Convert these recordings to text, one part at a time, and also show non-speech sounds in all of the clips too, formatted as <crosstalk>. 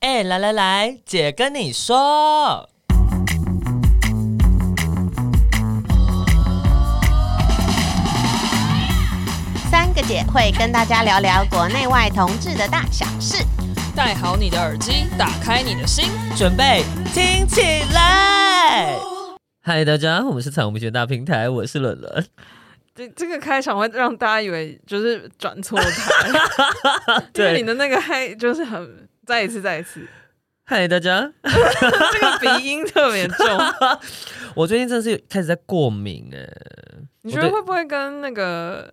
哎、来来来，姐跟你说，三个姐会跟大家聊聊国内外同志的大小事。戴好你的耳机，打开你的心。准备听起来。嗨，大家，我们是彩虹文学大平台，我是伦 <laughs> 伦。这这个开场会让大家以为就是转错 <laughs> 台，因为你对，的那个嗨就是很再一次再一 <laughs> 次，嗨，大家，这个鼻音特别重。我最近真的是开始在过敏哎、你觉得我对会不会跟那个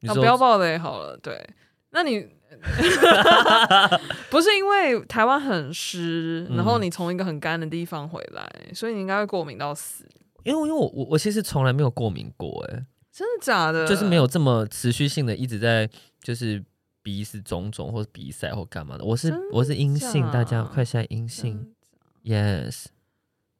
你啊说、不要爆雷好了？对，那 <laughs> 你不是因为台湾很湿，然后嗯你从一个很干的地方回来，所以你应该会过敏到死。因为因为我我我其实从来没有过敏过哎、真的假的？就是没有这么持续性的一直在就是鼻子肿肿或者鼻塞或干嘛的。我是真我是阴性，假大家快下阴性。嗯。 Yes，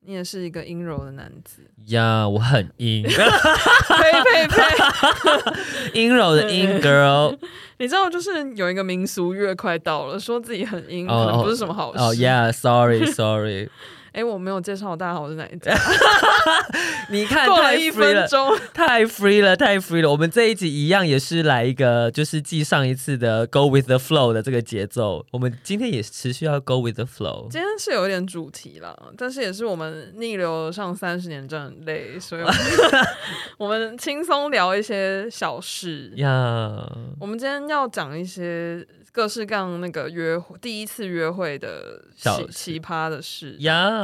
你也是一个阴柔的男子，呀、我很 <laughs> 阴， <laughs> 呸呸呸！阴柔的阴 girl。你知道，就是有一个民俗月快到了，说自己很阴，哦可能不是什么好事。哦，Yeah，sorry，sorry。 <laughs> 哎，我没有介绍大家好，我是哪一家？你看，过了太一 free 分了，钟，太 free 了，太 free 了。我们这一集一样也是来一个，就是继上一次的 Go with the flow 的这个节奏。我们今天也持续要 Go with the flow。今天是有一点主题啦，但是也是我们逆流上三十年真的很累，<laughs> 所以我们我们轻松聊一些小事。呀我们今天要讲一些各式各样那个约会、第一次约会的小奇事奇葩的事。呀，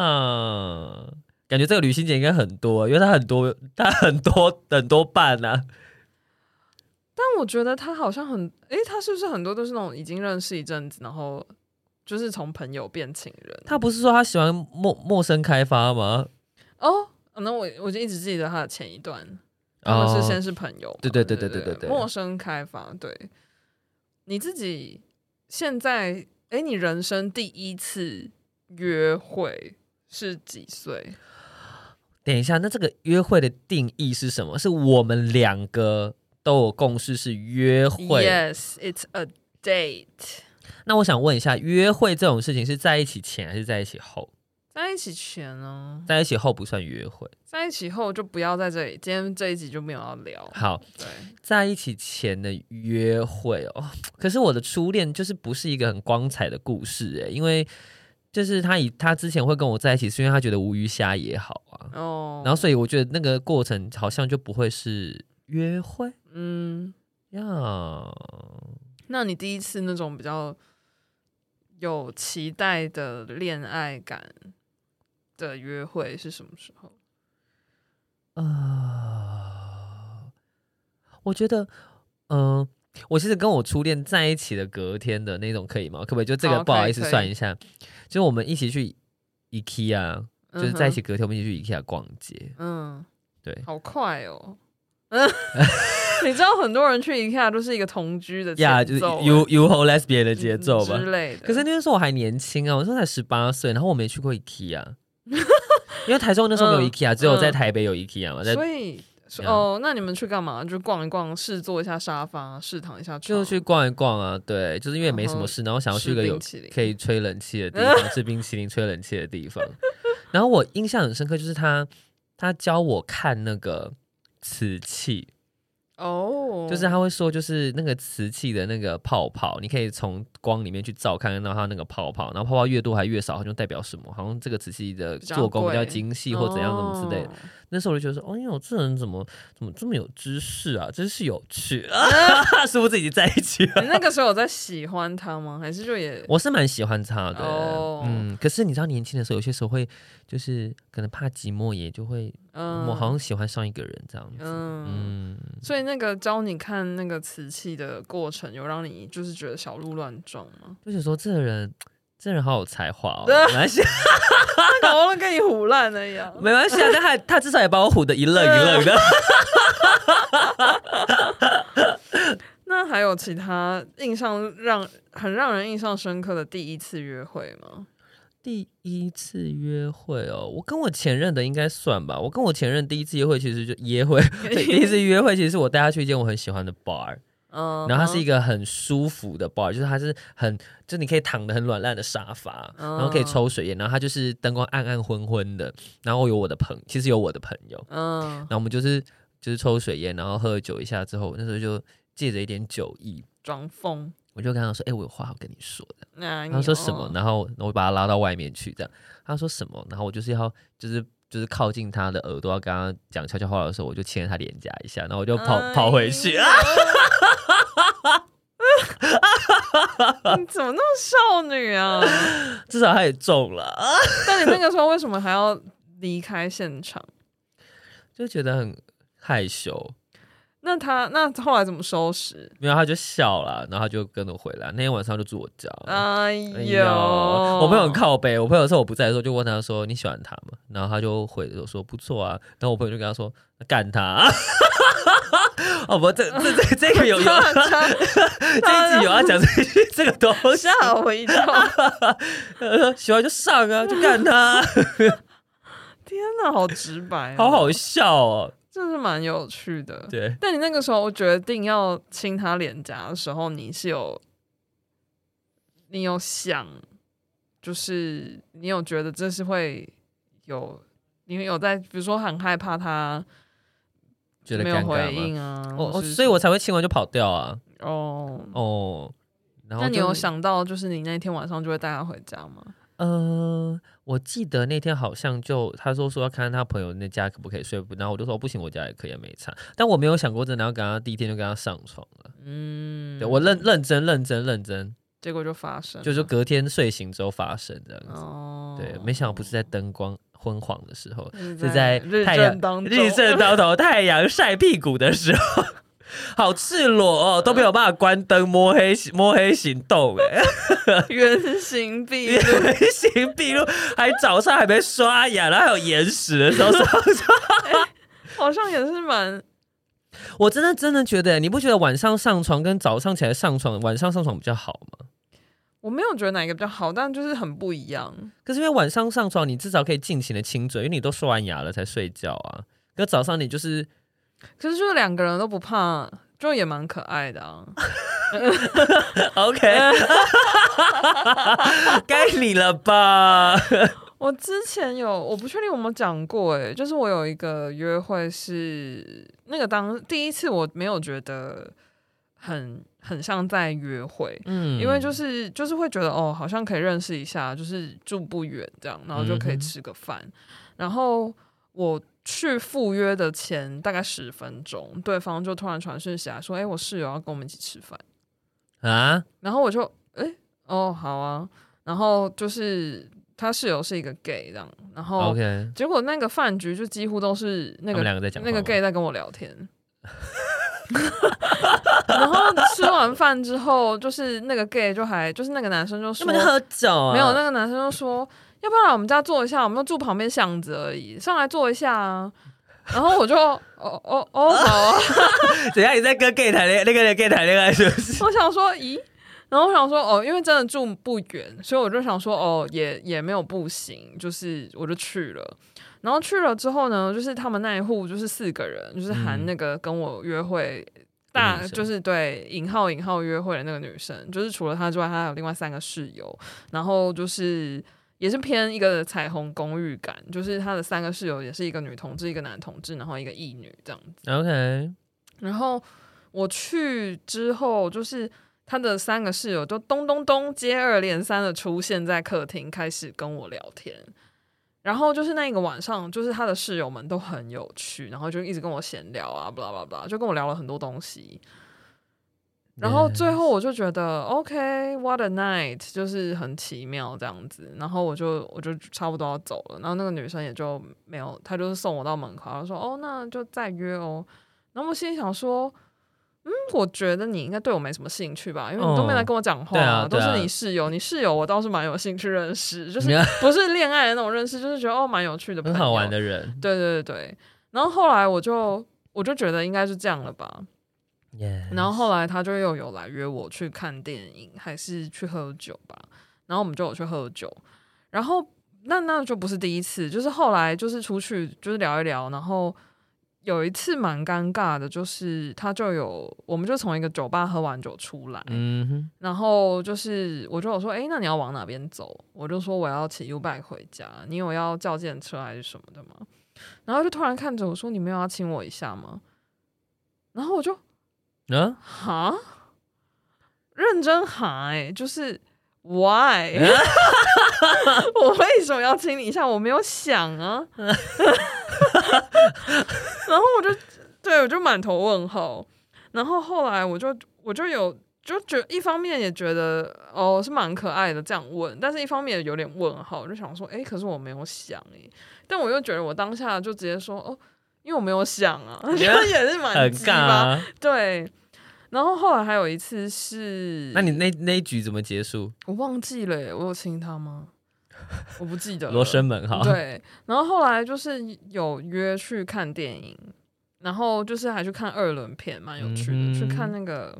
感觉这个旅行节应该很多，因为它很多，它很多很多伴啊。但我觉得他好像很，诶，他是不是很多都是那种已经认识一阵子，然后就是从朋友变情人？他不是说他喜欢陌陌生开发吗？哦，那我我就一直记得他的前一段，他们是先是朋友嘛、哦对对对对对对对对陌生开发。对，你自己现在，诶，你人生第一次约会是几岁？等一下，那这个约会的定义是什么？是我们两个都有共识是约会。 Yes, it's a date。那我想问一下，约会这种事情是在一起前还是在一起后？在一起前呢、在一起后不算约会。在一起后就不要在这里。今天这一集就没有要聊。好，对，在一起前的约会哦，可是我的初恋就是不是一个很光彩的故事欸诶，因为就是他以他之前会跟我在一起，是因为他觉得吴鱼虾也好啊，哦，然后所以我觉得那个过程好像就不会是约会嗯，呀。那你第一次那种比较有期待的恋爱感的约会是什么时候？啊、我觉得，嗯、我其实跟我初恋在一起的隔天的那种可以吗？可不可以？就这好个不好可以意思可以算一下，就是我们一起去 IKEA，就是在一起隔天我们一起去 IKEA 逛街，嗯嗯哼，对嗯，好快哦。 <laughs> 你知道很多人去 IKEA 都是一个同居的呀、前就是奏欸嗯 U U Ho Lesbian 的节奏吧。之类的。可是那个时候我还年轻啊，我那时候才十八岁，然后我没去过 <laughs> IKEA，因为台中那时候没有嗯 IKEA，、只有在嗯台北有 IKEA 嘛，在所以所呀哦，那你们去干嘛？就逛一逛，试坐一下沙发，试躺一下就床，去逛一逛啊，对，就是因为没什然么后事，然后想要去一吃个有冰淇淋。可以吹冷气的地 <laughs> 方，吃冰淇淋吹冷气的地方。然后我印象很深刻，就是他他教我看那个瓷器，哦，就是他会说，就是那个瓷器的那个泡泡，你可以从光里面去照看，看到它那个泡泡，然后泡泡越多还越少，好像代表什么？好像这个瓷器的比较做工比较贵精细或怎样怎么之类的。哦那时候我就觉得说，哎呦，这人怎么怎么这么有知识啊，真是有 <laughs> 趣 <laughs> 啊！是不是已经在一起了？你那个时候有在喜欢他吗？还是就也我是蛮喜欢他的，哦嗯，可是你知道年轻的时候，有些时候会就是可能怕寂寞，也就会、嗯我好像喜欢上一个人这样子，嗯，嗯，所以那个教你看那个瓷器的过程，有让你就是觉得小鹿乱撞吗？就是说这个人，这人好有才华 <laughs> 哦，对没关系，他啊搞忘跟你胡乱了一 <laughs> 样。没关系啊，但他他至少也把我唬得一愣一愣的，嗯那还有其他印象让很让人印象深刻的第一次约会吗？ <laughs> 第一次约会哦，我跟我前任的应该算吧。我跟 <laughs> 我前任第一次约会其实就约会，对第一次约会其实是我带他去一间我很喜欢的 bar， <laughs> 嗯，然后它是一个个很舒服的 bar，就是它是很就你可以躺的很软烂的沙发，嗯然后可以抽水烟，然后它就是灯光暗暗昏昏的，然后有我的朋，其实有我的朋友，嗯然后我们就是就是抽水烟，然后喝酒一下之后，那时候就借着一点酒意，装疯。我就跟他说：“哎、我有话要跟你说的。”那哦他说什么？？然后然后我把他拉到外面去，这样他说什么？然后我就是要就是就是靠近他的耳朵，要跟他讲悄悄话的时候，我就牵着他脸颊一下，然后我就跑、哎跑回去啊。 <laughs> 你怎么那么少女啊？ <laughs> 至少他也中了，啊但你那个时候为什么还要离开现场？就觉得很害羞。那他那后来怎么收拾？没有，他就笑了，然后他就跟着回来。那天晚上就住我家。哎哎呦，呦，我朋友很靠背，我朋友说我不在的时候就问他说你喜欢他吗？然后他就回我说不错啊。然后我朋友就跟他说干他。啊 <laughs> 哦不，这这这 <laughs> 这个有有 <laughs> 他他这一集有要讲这个这个东西，啊吓 <laughs> 我一跳！呃喜欢就上 <laughs> 啊，就干他，天哪，好直白、好，好笑哦。这是蛮有趣的。对，但你那个时候决定要亲他脸颊的时候，你是有，你有想，就是你有觉得这是会有，你有在，比如说很害怕他觉得没有尴回尬吗？应啊，哦或哦，是所以我才会亲完就跑掉啊。哦。哦，然后那你就有想到，就是你那天晚上就会带他回家吗？呃，我记得那天好像就他说说要看看他朋友那家可不可以睡，然后我就说、哦、不行，我家也可以，没差。但我没有想过真的要跟他第一天就跟他上床了。嗯，对我认认真认真认真，结果就发生了，就是隔天睡醒之后发生这样子。哦，对，没想到不是在灯光昏黄的时候，是是在日太阳正当中日正当头，太阳晒屁股的时候， <laughs> 好赤裸哦，都没有办法关灯摸黑摸黑行动哎， <laughs> 原 <laughs> 形毕露。原形毕露，还早上还没刷牙，然后还有眼屎的时候，好像也是蛮我真的真的觉得，你不觉得晚上上床跟早上起来上床，晚上上床比较好吗？我没有觉得哪一个比较好，但就是很不一样。可是因为晚上上床，你至少可以尽情的亲嘴，因为你都刷完牙了才睡觉啊。可早上你就是可是就是两个人都不怕，就也蛮可爱的 <laughs> 啊。 OK，该你了吧？我之前有，我不确定有没有讲过、欸，就是我有一个约会是那个当第一次，我没有觉得很很像在约会。嗯因为就是就是会觉得哦，好像可以认识一下，就是住不远这样，然后就可以嗯哼吃个饭。然后我去赴约的前大概十分钟，对方就突然传讯息来说：“哎、我室友要跟我们一起吃饭。啊，”然后我就哎、诶哦好啊，然后就是他室友是一个 gay 这样，然后 OK，结果那个饭局就几乎都是他那个们两个在讲话那个吗 gay 在跟我聊天。然后吃完饭之后，就是那个 gay 就还就是那个男生就他说们在喝酒啊？没有，那个男生就说要不要来我们家坐一下？我们就住旁边巷子而已，上来坐一下啊。然后我就哦哦哦好啊，等一下你在跟 gay 谈恋爱，那个 gay 谈恋爱是不是？我想说咦，然后我想说哦，因为真的住不远，所以我就想说哦也也没有不行，就是我就去了。然后去了之后呢，就是他们那一户就是四个人，就是含嗯那个跟我约会。大女生就是对引号引号约会的那个女生，就是除了她之外，她还有另外三个室友，然后就是也是偏一个彩虹公寓感，就是她的三个室友也是一个女同志、一个男同志，然后一个异女这样 <laughs> 子。OK，然后我去之后，就是他的三个室友都咚咚咚接二连三的出现在客厅，开始跟我聊天。然后就是那个晚上，就是他的室友们都很有趣，然后就一直跟我闲聊啊，巴拉巴拉巴拉，就跟我聊了很多东西。然后最后我就觉得，OK，what、a night，就是很奇妙这样子。然后我就我就差不多要走了，然后那个女生也就没有，她就是送我到门口，她说：“哦，那就再约哦。”然后我心里想说。嗯，我觉得你应该对我没什么兴趣吧，因为你都没来跟我讲嗯话、都对啊对啊是你室友，你室友我倒是蛮有兴趣认识， <laughs> 就是你看不是恋爱的那种认识，就是觉得哦蛮有趣的，很好玩。的人对对对对。然后后来我就我就觉得应该是这样了吧。 ，Yeah，然后后来他就又有来约我去看电影，还是去喝酒吧。然后我们就有去喝酒。然后那那就不是第一次，就是后来就是出去就是聊一聊，然后。有一次蛮尴尬的，就是他就有，我们就从一个酒吧喝完酒出来，嗯哼，然后就是我就有说，哎、那你要往哪边走？我就说我要骑 U bike 回家，你有要叫电车还是什么的吗？然后就突然看着我说，你没有要亲我一下吗？然后我就嗯、哈，认真哈、欸，就是 why？我为什么要亲你一下？我没有想 <laughs> 啊。然后我就对我就满头问号。然后后来我就我就有就觉一方面也觉得哦是蛮可爱的这样问，但是一方面也有点问号，我就想说哎、诶可是我没有想哎、但我又觉得我当下就直接说哦，因为我没有想啊，觉 <laughs> 得也是蛮很鸡尬、巴。啊。对，然后后来还有一次是，那你那那一局怎么结束？我忘记了耶，我有亲他吗？我不记得了罗生门哈，，呃对，然后后来就是有约去看电影，然后就是还去看二轮片，蛮有趣的，嗯哼去看那个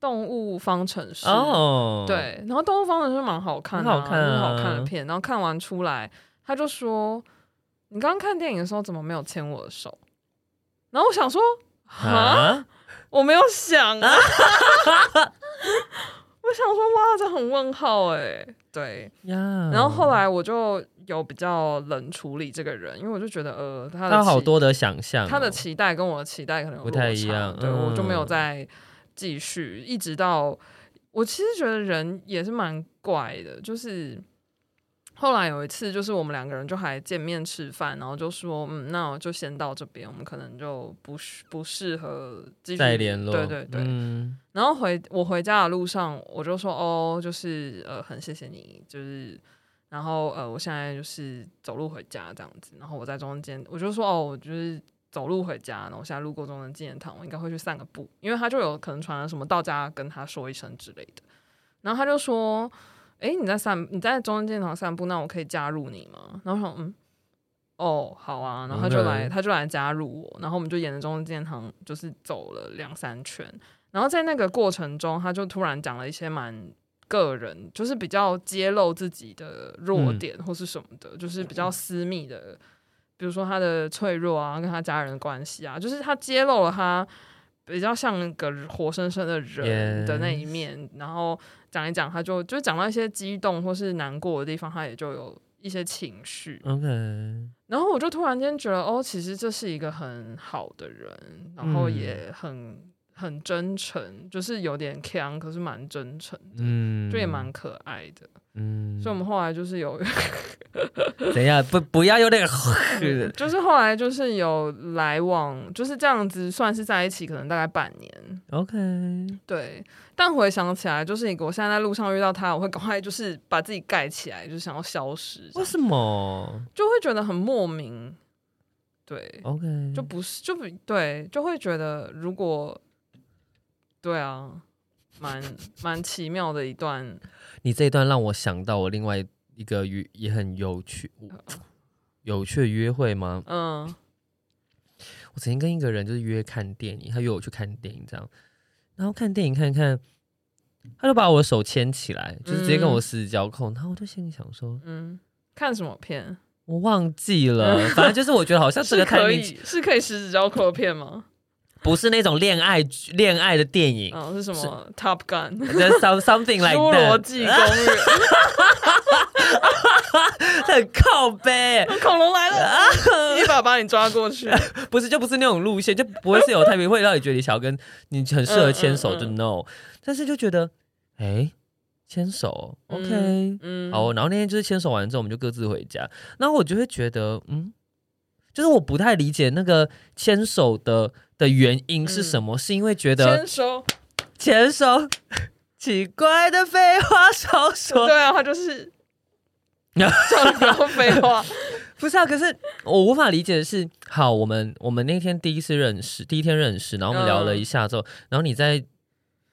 动物方程式。哦，，对，然后《动物方程式》蛮好看的、很好看很啊好看的片。然后看完出来，他就说：“你刚刚看电影的时候怎么没有牵我的手？”然后我想说：“哈，啊，我没有想啊，我想说哇，这很问号哎、对，呀然后后来我就有比较冷处理这个人，因为我就觉得呃，他的他好期多的想象哦，他的期待跟我的期待可能有不太落一差样对、我就没有嗯再继续，一直到我其实觉得人也是蛮怪的，就是后来有一次，就是我们两个人就还见面吃饭，然后就说，嗯，那我就先到这边，我们可能就不适不适合继续再联络，对对对，嗯然后回我回家的路上，我就说哦，就是呃，很谢谢你，就是然后呃，我现在就是走路回家这样子。然后我在中间，我就说哦，我就是走路回家，然后我现在路过中正纪念堂，我应该会去散个步，因为他就有可能传了什么到家跟他说一声之类的。然后他就说，诶，你在散你在中正纪念堂散步，那我可以加入你吗？然后我说嗯。哦，好啊，然后他就嗯来，他就来加入我，然后我们就沿着中正纪念堂就是走了两三圈，然后在那个过程中，他就突然讲了一些蛮个人，就是比较揭露自己的弱点或是什么的，就是比较私密的，比如说他的脆弱啊，跟他家人的关系啊，就是他揭露了他比较像个活生生的人 Yes 的那一面然后讲一讲，他就就讲到一些激动或是难过的地方，他也就有一些情绪， ，OK，然后我就突然间觉得，哦，其实这是一个很好的人，然后嗯也很、很真诚，就是有点强，可是蛮真诚的，嗯，就也蛮，可爱的。嗯，所以我们后来就是 <laughs> 有，等一下，不不要有点 <laughs> 就是后来就是有来往，就是这样子，算是在一起，可能大概半年。 <laughs> ，OK，对，但回想起来，就是我现在在路上遇到他，我会赶快就是把自己盖起来，就想要消失，这为样什么就会觉得很莫名。对， ？OK，就不是就不对，就会觉得如果对啊，蛮蛮奇妙的一段，你这一段让我想到我另外一个约也很有趣有趣的约会吗？嗯我曾经跟一个人就是约看电影，他约我去看电影这样，然后看电影看一看，他就把我的手牵起来，就是直接跟我十指交扣，然后我就心里想说，嗯，看什么片我忘记 <laughs> 了，反正就是我觉得好像这是个太可密以集，是可以十指交扣的片吗？不是那种恋爱剧恋爱的电影。 <laughs> 嗯，是什么 Top Gun？就是 some- something like <laughs> 侏罗 that，纪公园， <laughs> 很靠背，恐龙来啊了，一把把你抓 <laughs> 过去。嗯不是就不是那种路线，就不会是有太平会让你觉得你想要跟你很适合牵手，嗯嗯就嗯 no，但是就觉得，哎，牵手，OK，嗯，好，然后那天就是牵手完之后，我们就各自回家。然后我就会觉得，嗯，就是我不太理解那个牵手的的原因是什么，是因为觉得嗯牵手，牵手 <laughs> 奇怪的废话少说对，啊，他就是。叫你不要废话， <laughs> 不是啊？可是我无法理解的是，好，我们我们那天第一次认识，第一天认识，然后我们聊嗯了一下之后，然后你在。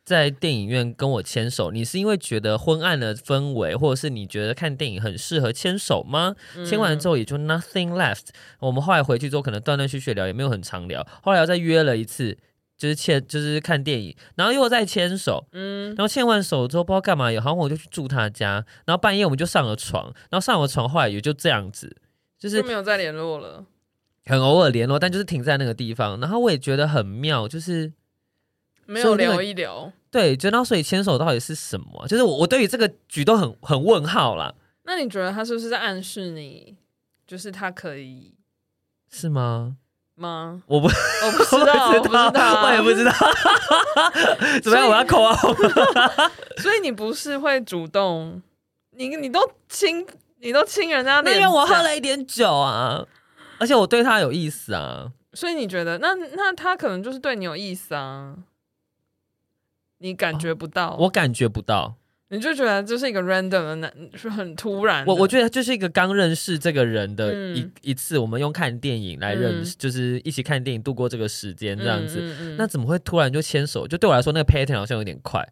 在电影院跟我牵手，你是因为觉得昏暗的氛围，或者是你觉得看电影很适合牵手吗？签完之后，后也就 nothing left。我们后来回去之后，可能断断续续聊，也没有很常聊。后来又再约了一次，就是牵，就是看电影，然后又再牵手，嗯然后牵完手之后不知道干嘛，然后我就去住他家，然后半夜我们就上了床，然后上了床，后来也就这样子，就就是没有再联络了。很偶尔联络，但就是停在那个地方。然后我也觉得很妙，就是没所有以那个聊一聊。对，觉得那所以牵手到底是什么啊？就是我我对于这个举动很很问号啦，那你觉得他是不是在暗示你，就是他可以是吗？吗？哦我不我不知 <laughs> 道，我我不不知道，知道，啊我也不知道。 <laughs> 怎么样？我要口啊！ <laughs> 所以你不是会主动，你你都亲，你都亲人家那脸因颊，为我喝了一点酒啊，而且我对他有意思啊。所以你觉得那那他可能就是对你有意思啊，你感觉不到，哦我感觉不到，你就觉得这是一个 random 的男，是很突然的。我我觉得就是一个刚认识这个人的嗯一、一次，我们用看电影来认识，就是一起看电影度过这个时间这样子。嗯嗯嗯那怎么会突然就牵手？就对我来说，那个 pattern 好像有点快。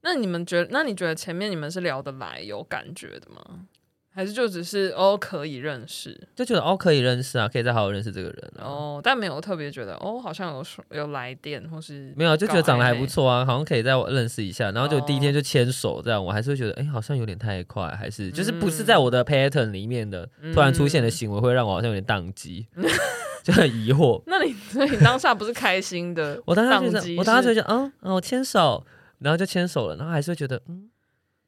那你们觉得，那你觉得前面你们是聊得来、有感觉的吗？还是就只是哦可以认识就觉得哦，可以认识啊，可以再好好认识这个人啊。哦，但没有特别觉得哦好像有说有来电或是没有，啊就觉得搞长得还暧不昧。错啊，好像可以再认识一下。然后就哦第一天就牵手这样，我还是会觉得，哎、好像有点太快，还是就是不是在嗯我的 pattern 里面的，突然出现的行为会让我好像有点宕 <laughs> 机，就很疑惑。那你 <laughs> 所以你当下不是开心的我当时就宕是，机我当时是就觉得，嗯，哦，牵手，然后就牵手了，然后还是会觉得，嗯，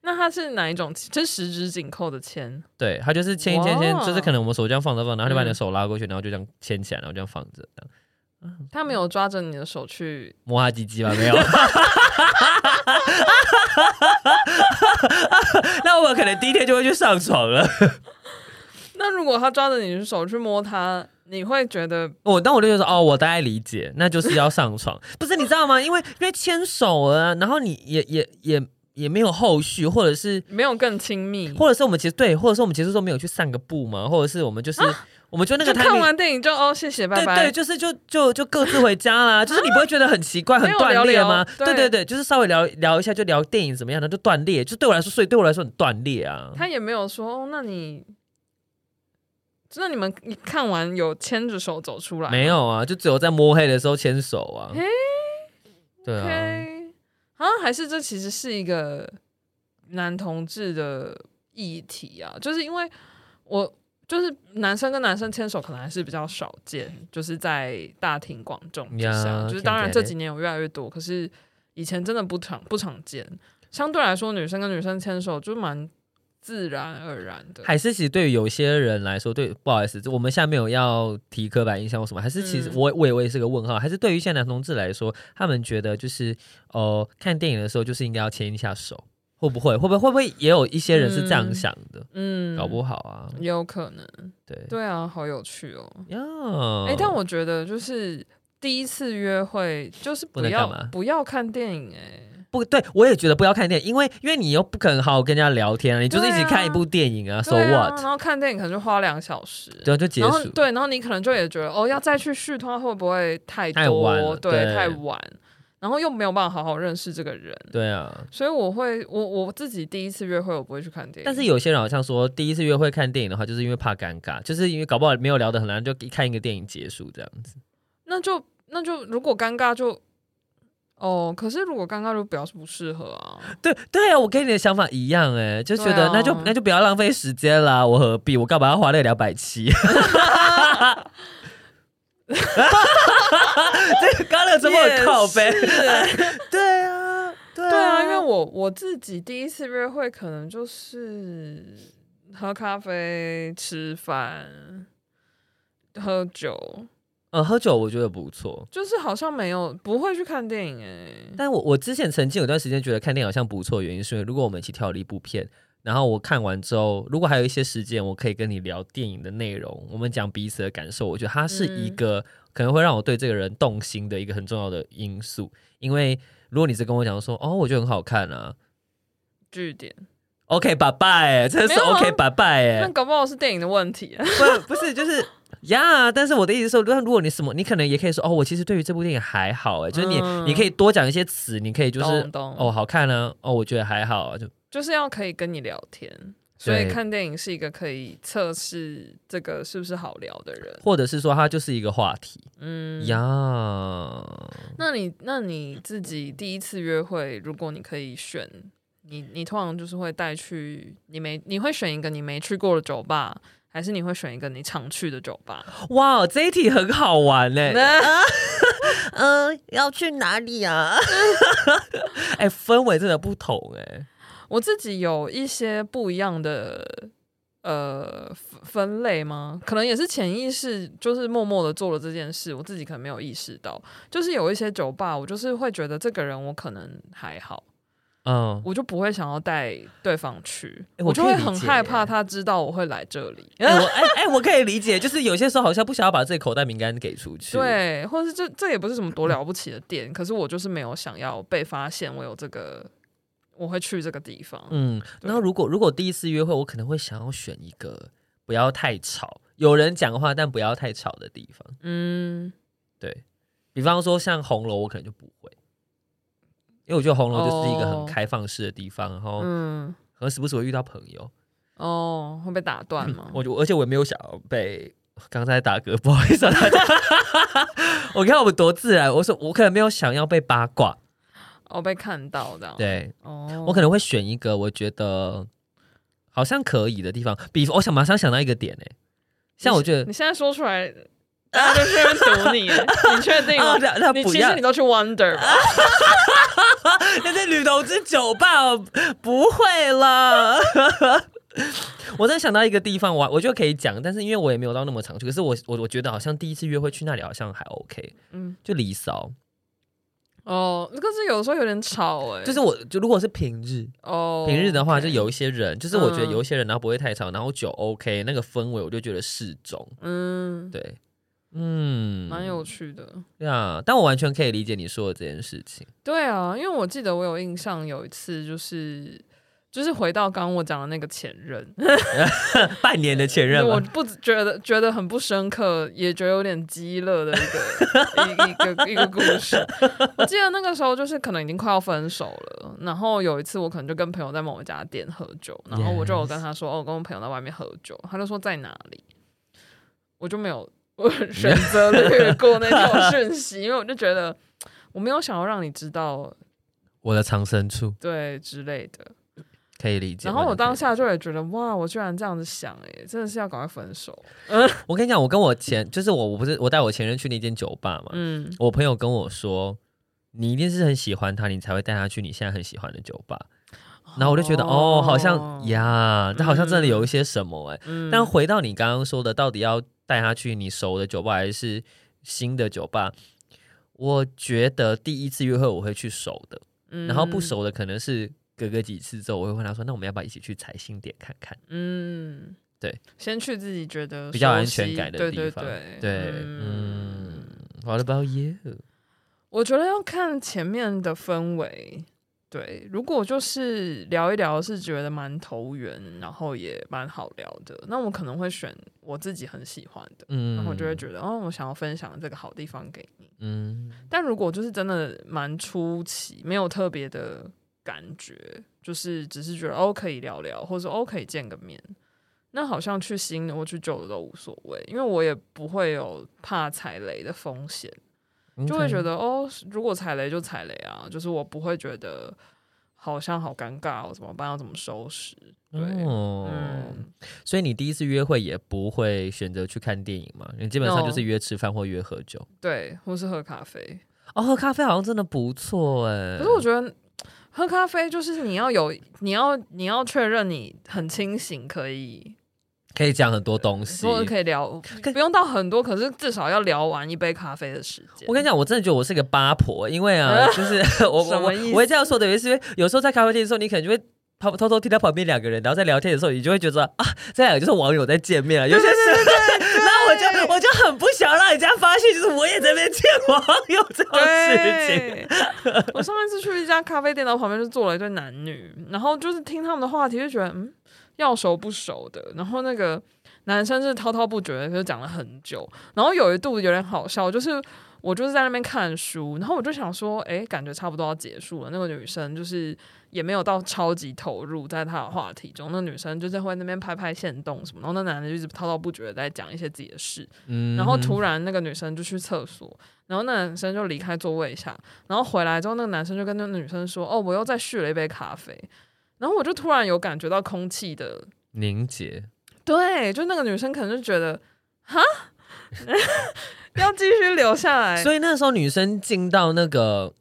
那他是哪一种？这是十指紧扣的牵，对，他就是牵一牵牵，就是哇可能我们手这样放着放，然后就把你的嗯手拉过去，然后就这样牵起来，然后这样放着，这样嗯他没有抓着你的手去，摸他鸡鸡吧， <laughs> 没有。 <laughs> 那我可能第一天就会去上床了。那如果他抓着你的手去摸他，你会觉得我那我就觉得哦，我大概理解，那就是要上床， <laughs> 不是你知道吗？因为因为牵手了啊，然后你也也也也没有后续，或者是没有更亲密？或者是我们其实对，或者是我们结束之后没有去散个步嘛，或者是我们就是、我们就那个啊就看 timing- 完电影就哦谢谢拜对拜，对，就是就就就各自回家 <laughs> 啦，就是你不会觉得很奇怪、很没有断聊裂聊吗？对对对对，就是稍微聊聊一下，就聊电影怎么样的，就断裂。就对我来说，所以对我来说很断裂啊。他也没有说哦，那你，那你们你看完有牵着手走出来吗没有啊，就只有在摸黑的时候牵手啊。诶对啊， ？OK，啊，还是这其实是一个男同志的议题啊，就是因为我就是男生跟男生牵手可能还是比较少见，就是在大庭广众之下呀就是当然听起这来几年有越来越多，可是以前真的不常不常见。相对来说，女生跟女生牵手就蛮自然而然的，还是其实对于有些人来说，对，不好意思，我们下面有要提刻板印象或什么，还是其实嗯我我也我也是个问号。还是对于一些男同志来说，他们觉得就是呃，看电影的时候就是应该要牵一下手，会不会？会不会？会不会也有一些人是这样嗯想的？嗯，搞不好啊，也有可能，对。对啊，好有趣哦。呀，嗯哎、但我觉得就是第一次约会，就是不不能干要嘛不要看电影、哎，不对，我也觉得不要看电影，因为因为你又不肯好好跟人家聊天、啊，你就是一对啊起看一部电影啊 s o 对啊 what？然后看电影可能就花两小时，对啊，就结然后束。对，然后你可能就也觉得哦，要再去续通话会不会太多？太晚了对，对太晚，然后又没有办法好好认识这个人，对啊，所以我会，我我自己第一次约会我不会去看电影，但是有些人好像说，第一次约会看电影的话，就是因为怕尴尬，就是因为搞不好没有聊得很来，就一看一个电影结束这样子。那就那就如果尴尬就。哦，可是如果尴尬就表示不适合啊，对对啊，我跟你的想法一样哎、就觉对得、啊那就那就不要浪费时间啦，我何必？我干嘛要花那两百七？ <laughs> 这个刚刚那个怎么很靠 <laughs> 背？对啊，对对啊，因为我我自己第一次约会可能就是喝咖啡、吃饭、喝酒，嗯，喝酒我觉得不错，就是好像没有不会去看电影哎、但我我之前曾经有段时间觉得看电影好像不错，原因是因为如果我们一起挑了一部片，然后我看完之后，如果还有一些时间，我可以跟你聊电影的内容，我们讲彼此的感受，我觉得它是一嗯个、可能会让我对这个人动心的一个很重要的因素。因为如果你只跟我讲说哦，我觉得很好看啊据点， ，OK，拜拜，真的没是有啊 OK，拜拜，那哎，搞不好是电影的问题、啊。 <laughs> 不不是就是。呀但是我的意思是说，如果你什么，你可能也可以说哦，我其实对于这部电影还好哎，就是你、嗯你可以多讲一些词，你可以就是懂懂哦，好看呢、哦，我觉得还好啊，就就是要可以跟你聊天，所以对看电影是一个可以测试这个是不是好聊的人。或者是说它就是一个话题、嗯，呀。那你那你自己第一次约会，如果你可以选，你你通常就是会带去你没你会选一个你没去过的酒吧，还是你会选一个你常去的酒吧？哇，这一题很好玩哎呢、嗯、要去哪里啊？哎、氛围真的不同哎、 <laughs> <laughs> 我自己有一些不一样的呃分分类吗？可能也是潜意识，就是默默的做了这件事，我自己可能没有意识到。就是有一些酒吧，我就是会觉得这个人我可能还好，嗯，我就不会想要带对方去，欸我我就可以会理很解害耶怕他知道我会来这里。哎、我哎哎、我可以理解，就是有些时候好像不想要把自己口袋名单给出去。，对，或者是这这也不是什么多了不起的店，可是我就是没有想要被发现我有这个，我会去这个地方。嗯，对然后如果如果第一次约会，我可能会想要选一个不要太吵，有人讲话但不要太吵的地方。嗯，对比方说像红楼，我可能就不会，因为我觉得红楼就是一个哦很开放式的地方，然后嗯，可能时不时会遇到朋友。哦，会被打断吗？嗯我就而且我也没有想要被。刚才打嗝，不 <laughs> 好意思、啊，大家。我看我们多自然，我说我可能没有想要被八卦，哦，被看到的。，对哦，我可能会选一个我觉得好像可以的地方。比我想马上想到一个点呢、欸像我觉得你现在说出 <laughs> 来，大家都这边堵你，你确定吗啊，？那那你不其实要啊你，都去 Wonder 吧？那在女同志酒吧不会了。 <laughs> 我真的想到一个地方，我我就可以讲，但是因为我也没有到那么常去，可是我我我觉得好像第一次约会去那里好像还 OK，嗯，就离骚，哦，可是有时候有点吵哎、就是我就如果是平日，哦，平日的话 OK 就，有一些人，就是我觉得嗯有一些人然后不会太吵，然后酒 OK，那个氛围我就觉得适中，嗯，对，嗯，蛮有趣的。对啊，但我完全可以理解你说的这件事情。对啊，因为我记得我有印象，有一次就是就是回到刚刚我讲的那个前任，半年的前任我嘛，不知觉得觉得很不深刻，也觉得有点激乐的一 <laughs> 个一一个一个故事。我记得那个时候就是可能已经快要分手了，然后有一次我可能就跟朋友在某一家店喝酒，然后我就有跟他说，哦，我跟我朋友在外面喝酒，他就说在哪里，我就没有 <laughs> 我选择略过那条讯息，因为我就觉得我没有想要让你知道我的藏身处对之类的。可以理解。然后我完全可以当下就也觉得，哇，我居然这样子想、欸，真的是要赶快分手。哦我跟你讲，我跟我前就是我，我不是我带我前任去那间酒吧嘛，嗯，我朋友跟我说，你一定是很喜欢他，你才会带他去你现在很喜欢的酒吧。然后我就觉得，哦，好像，呀，这好像真的有一些什么哎、嗯但回到你刚刚说的，到底要带他去你熟的酒吧还是新的酒吧？我觉得第一次约会我会去熟的，嗯然后不，熟的可能是隔个几次之后，我会问他说，那我们要不要一起去财星点看看？嗯嗯，对，先去自己觉得比较有熟安全悉感的地方对对对，嗯，嗯，What about you？我觉得要看前面的氛围。对，如果就是聊一聊，是觉得蛮投缘，然后也蛮好聊的，那我可能会选我自己很喜欢的，嗯，然后我就会觉得，哦，我想要分享这个好地方给你。嗯，但如果就是真的蛮出奇，没有特别的感觉，就是只是觉得哦可以聊聊，或者哦可以见个面，那好像去新的或去旧的都无所谓，因为我也不会有怕踩雷的风险，就会觉得哦如果踩雷就踩雷啊，就是我不会觉得好像好尴尬、哦，怎么办？要怎么收拾？对，哦，嗯，所以你第一次约会也不会选择去看电影嘛？你基本上就是约吃饭或约喝酒。对，或是喝咖啡，哦，喝咖啡好像真的不错哎、可是我觉得喝咖啡就是你要有，你要你要确认你很清醒，可以可以讲很多东西。说可以聊，可不用到很多，可是至少要聊完一杯咖啡的时间。我跟你讲，我真的觉得我是个八婆，因为啊，就是 <laughs> 我什我我么意思我会这样说的，原因是因为有时候在咖啡店的时候，你可能就会。偷偷偷听到旁边两个人，然后在聊天的时候，你就会觉得啊，这两个就是网友在见面了，有些是， <laughs> 然后我就我就很不想让人家发现，就是我也在那边见网友 <laughs> 这种事情。对， <laughs> 我上一次去一家咖啡店，然后旁边就坐了一对男女，然后就是听他们的话题，就觉得嗯，要熟不熟的。然后那个男生是滔滔不绝，就讲了很久。然后有一度有点好笑，就是我就是在那边看书，然后我就想说，哎，感觉差不多要结束了。那个女生就是也没有到超级投入在她的话题中，那女生就是会那边拍拍线动什么，然后那男的就一直滔滔不绝的在讲一些自己的事。嗯然后突然那个女生就去厕所，然后那男生就离开座位下，然后回来之后，那个男生就跟那个女生说：“哦，我又再续了一杯咖啡。”然后我就突然有感觉到空气的，凝结，对，就那个女生可能就觉得，哈， <laughs> 要继续留下来，所以那时候女生进到那个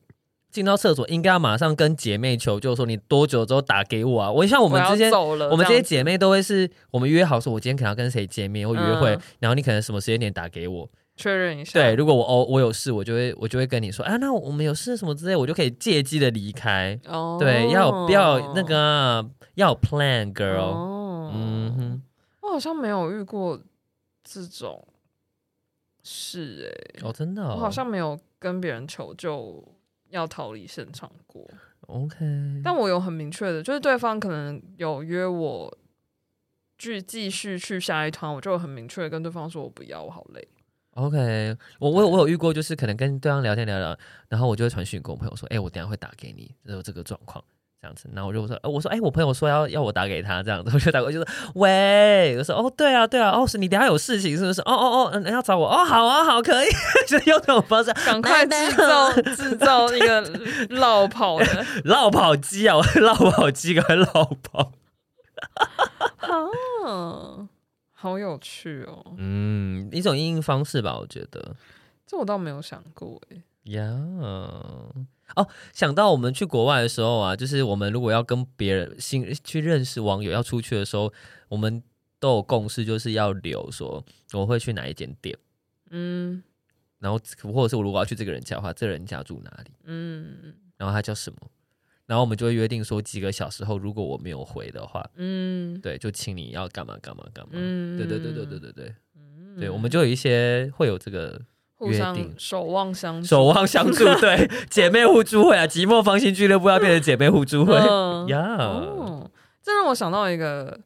进到厕所，应该要马上跟姐妹求救，说你多久之后打给我啊？我像我我们要之间，走了，我们这这些样子姐妹都会是，我们约好说，我今天可能要跟谁见面或约会，嗯啊然后你可能什么时间点打给我。确认一下，对，，如果我哦我有事，我就会我就会跟你说，啊，那我们有事什么之类，我就可以借机的离开。哦，对，要有要有那个啊要有 plan girl。哦，嗯哼，我好像没有遇过这种事哎、哦，真的、哦，我好像没有跟别人求救要逃离现场过， OK，但我有很明确的，就是对方可能有约我去继续去下一团，我就有很明确的跟对方说我不要，我好 <laughs> 累。 OK，我我有我有遇过，就是可能跟对方聊天聊聊，然后我就会传讯跟我朋友说，哎、我等一下会打给你，有这个状况这样子，然后我就说，呃我说，哎、我朋友说要要我打给他这样子，我就打过去说，喂，我说，哦，对啊，对啊，哦，是你等一下有事情是不是？哦哦哦，嗯，要找我，哦，好啊，好，可以，就用这种方式，赶快制造制造一个绕跑 <laughs> 的，绕跑机啊，我绕跑机，赶快绕跑。嗯，好有趣哦，嗯，一种应应方式吧，我觉得。这我倒没有想过哎、呀、哦，想到我们去国外的时候啊，就是我们如果要跟别人新去认识网友，要出去的时候，我们都有共识，就是要留说我会去哪一间店，嗯然后或者是我如果要去这个人家的话，这个人家住哪里，嗯然后他叫什么，然后我们就会约定说几个小时后，如果我没有回的话，嗯对，就请你要干嘛干嘛干嘛。嗯，对对对对对对对，嗯对，我们就有一些会有这个互约相定守望相助，守望相助，对，姐妹互助会啊，寂寞芳心俱乐部要变成姐妹互助会。嗯呀、哦，这让我想到一个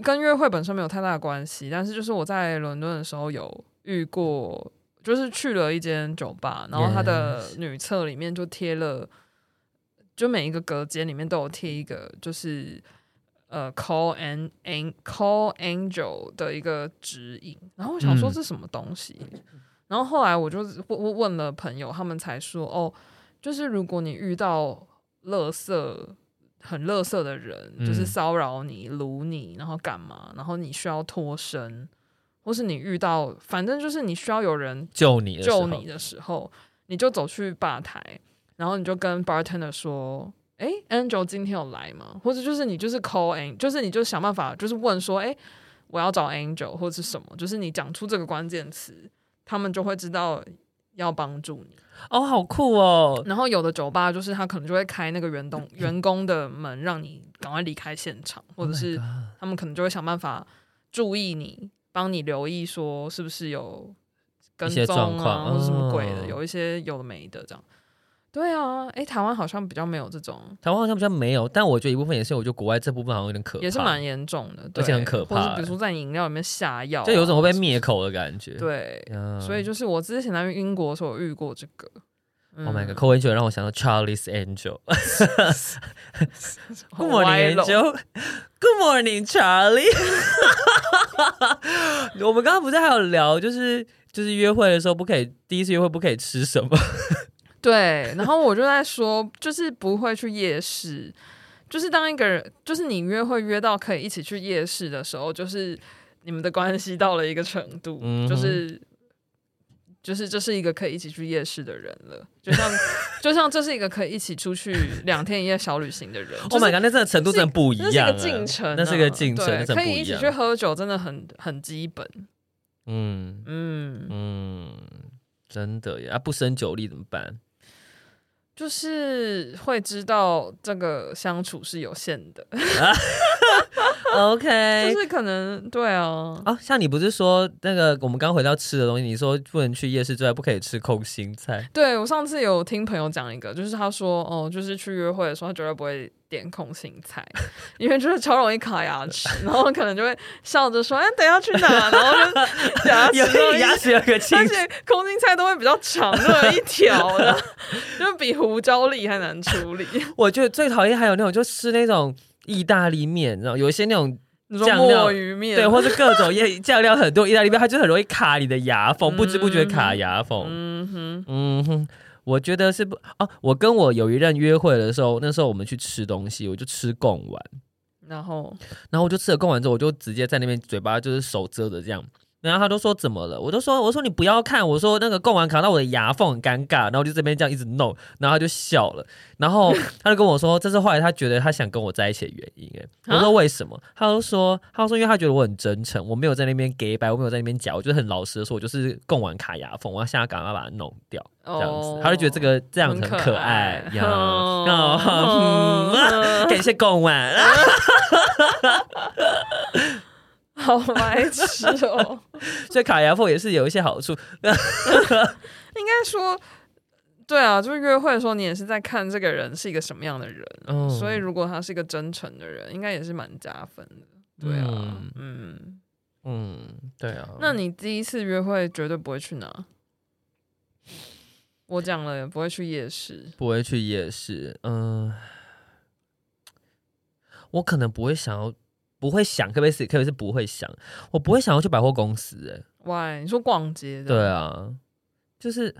跟约会本身没有太大的关系，但是就是我在伦敦的时候有遇过，就是去了一间酒吧，然后它的女厕里面就贴了，就每一个隔间里面都有贴一个，就是。呃，call an an call angel 的一个指引，然后我想说嗯这什么东西，然后后来我就问问问了朋友，他们才说哦，就是如果你遇到垃圾很垃圾的人，嗯就是骚扰你、掳你，然后干嘛，然后你需要脱身，或是你遇到，反正就是你需要有人救你的时候救你的时候，你就走去吧台，然后你就跟 bartender 说。诶 a n g e l 今天有来吗？或者就是你就是 call Angel，就是你就想办法，就是问说，诶，我要找 Angel 或者是什么，就是你讲出这个关键词，他们就会知道要帮助你。哦，好酷哦！然后有的酒吧就是他可能就会开那个 <laughs> 员工员工的门，让你赶快离开现场，或者是 Oh my god 他们可能就会想办法注意你，帮你留意说是不是有跟一些状踪况啊，或者什么鬼的，哦有一些有的没的这样。对啊，诶，台湾好像比较没有这种，台湾好像比较没有，但我觉得一部分也是，我觉得国外这部分好像有点可怕，也是蛮严重的，而对且很可怕欸或者比如说在饮料里面下药啊、就有种会被灭嗯口的感觉。对，呀，所以就是我之前在英国的时候有遇过这个。嗯 Oh my god，扣 a 酒让我想到 Charlie's <laughs> Angel。 <laughs> 好 Good 歪 morning, 楼 Angel. <laughs> Good morning, Charlie 。我们刚刚不是还有聊，就是就是约会的时候不可以，第一次约会不可以吃什么？对，然后我就在说， <laughs> 就是不会去夜市，就是当一个人，就是你约会约到可以一起去夜市的时候，就是你们的关系到了一个程度，嗯哼就是就是这是一个可以一起去夜市的人了，就像就像这是一个可以一起 <laughs> 出去两天一夜小旅行的人。就 Oh 是 my god，那真的程度真的不一那是一样、啊，个进程啊、那是一个进程，对那真的可不以一一起去样。喝酒，真的很很基本。嗯嗯，嗯，真的耶，啊，不生酒力怎么办？就是会知道这个相处是有限的， <laughs> OK，就是可能对啊，啊，像你不是说那个我们刚回到吃的东西，你说不能去夜市之外，不可以吃空心菜。对我上次有听朋友讲一个，就是他说哦，就是去约会的时候，他绝对不会点空心菜， <laughs> 因为就是超容易卡牙齿，然后可能就会笑着说，哎，等一下去哪？然后 <laughs> 就牙齿有都一牙齿有个青而且空心菜都会比较长，都有一条的， <laughs> 就比胡椒粒还难处理。我觉得最讨厌还有那种就吃那种意大利面，然后有一些那种你说酱料墨鱼面，对，或是各种腌酱料很多意大利面，它就很容易卡你的牙缝，不知不觉卡牙缝。嗯哼，嗯哼，我觉得是不哦、我跟我有一任约会的时候，那时候我们去吃东西，我就吃贡丸，然后然后我就吃了贡丸之后，我就直接在那边嘴巴就是手遮着这样。然后他都说怎么了，我就说我说你不要看，我说那个贡丸卡到我的牙缝很尴尬，然后我就这边这样一直弄，然后他就笑了，然 <laughs> 后他就跟我说这是后来他觉得他想跟我在一起的原因，哎，啊我说为什么？他就说他就说因为他觉得我很真诚，我没有在那边给白，我没有在那边假，我就是很老实的说，我就是贡丸卡牙缝，我要现在赶快把它弄掉，这样子，哦他就觉得这个这样子很可爱爱呀，哦哦， <laughs> <laughs> 嗯感谢贡丸。 <laughs> 好白痴哦！所以卡牙缝也是有一些好处。 <laughs> 应该说，对啊，就是约会的时候，你也是在看这个人是一个什么样的人，嗯所以如果他是一个真诚的人，应该也是蛮加分的。对啊，嗯。嗯，对啊。那你第一次约会绝对不会去哪？我讲了，不会去夜市。不会去夜市？嗯，我可能不会想要，不会想，特别是特别是不会想，我不会想要去百货公司、欸。喂，你说逛街对的，啊，就是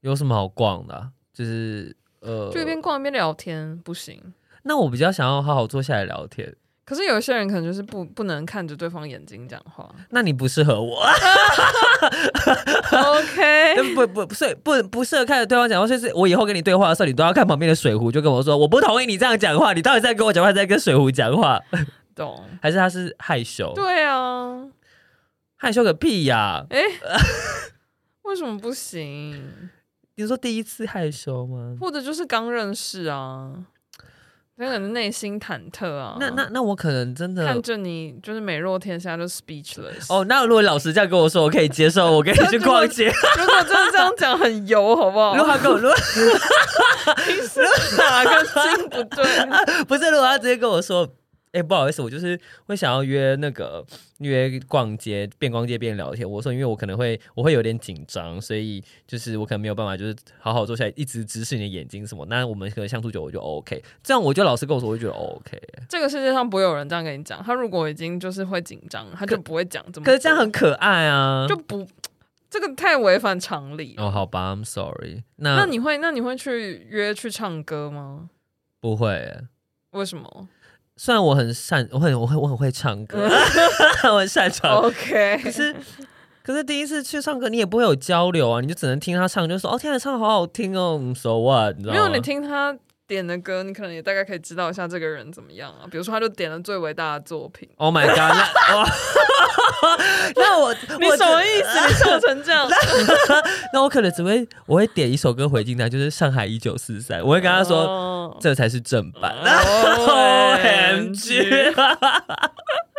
有什么好逛的啊、就是呃，就一边逛一边聊天不行。那我比较想要好好坐下来聊天。可是有一些人可能就是不不能看着对方眼睛讲 <laughs> 话。那你不适合我， OK，不不不，所以不不适合看着对方讲话，所以是我以后跟你对话的时候，你都要看旁边的水壶，就跟我说，我不同意你这样讲话，你到底在跟我讲话，还是在跟水壶讲话？懂。还是他是害羞？对啊，害羞个屁呀、 <laughs> 为什么不行？你说第一次害羞吗？或者就是刚认识啊，他可能内心忐忑啊。那那那我可能真的看着你就是美若天下就 speechless。哦，那如果老师这样跟我说，我可以接受， <laughs> 我跟你去逛街。如果真的这样讲，很油好不好 <laughs> 如？果他跟我如果哪根筋不对？<laughs> 啊不是，如果他直接跟我说。哎、不好意思，我就是会想要约那个约逛街，边逛街边聊天。我说，因为我可能会我会有点紧张，所以就是我可能没有办法，就是好好坐下来，一直直视你的眼睛什么。那我们可能相处久，我就 OK。这样我就老师跟我说，我就觉得 OK。这个世界上不会有人这样跟你讲。他如果已经就是会紧张，他就不会讲这么多。可是这样很可爱啊。就不，这个太违反常理了。哦，好吧，I'm sorry。那那你会那你会去约去唱歌吗？不会欸？为什么虽然我很擅，我很我会我很会唱歌， <laughs> 我很擅长，可哦？OK，是可是第一次去唱歌，你也不会有交流啊，你就只能听他唱，就说哦天啊，唱得好好听哦嗯，so what，你知道没吗？有你听他点的歌，你可能也大概可以知道一下这个人怎么样啊。比如说，他就点了最伟大的作品， Oh my god！那 <laughs> 哇那我你我什么意思？你笑成这样？那我可能只会我会点一首歌回进来，就是《上海一九四三》，我会跟他说、哦这才是正版。O M G！ OMG <laughs>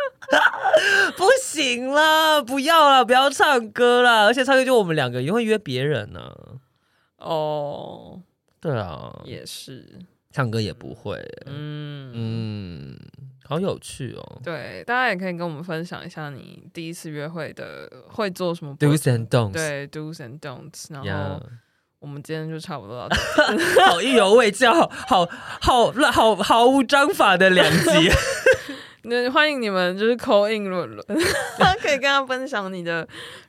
不行啦，不要啦，不要唱歌啦！而且唱歌就我们两个，也会约别人呢、哦，对啊，也是，唱歌也不会、嗯嗯，嗯，好有趣哦。对，大家也可以跟我们分享一下你第一次约会的会做什么 Do's and don'ts，对 do's and don'ts，然呀后我们今天就差不多到这。好意犹未尽，好好好好毫无章法的两集。那欢迎你们就是 call in 论论， <laughs> 可以跟他分享你的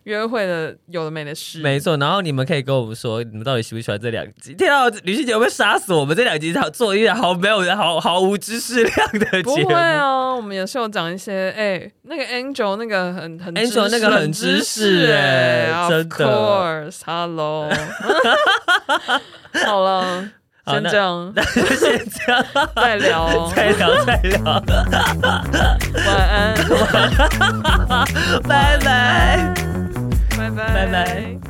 约会的有的没的事。没错，然后你们可以跟我们说，你们到底喜不喜欢这两集？天啊，吕迅姐会不会杀死我们？这两集好做一点好没有好毫无知识量的不 <laughs> 节目。会哦，我们也是有讲一些，哎、那个 Angel 那个很很 Angel 知识那个很冷知知识哎哎真的 Of <laughs> course，Hello，好了，好先那这样，那就先这样，再 <laughs> 聊，再聊再聊，晚 <laughs> 安，拜拜。拜拜，拜拜。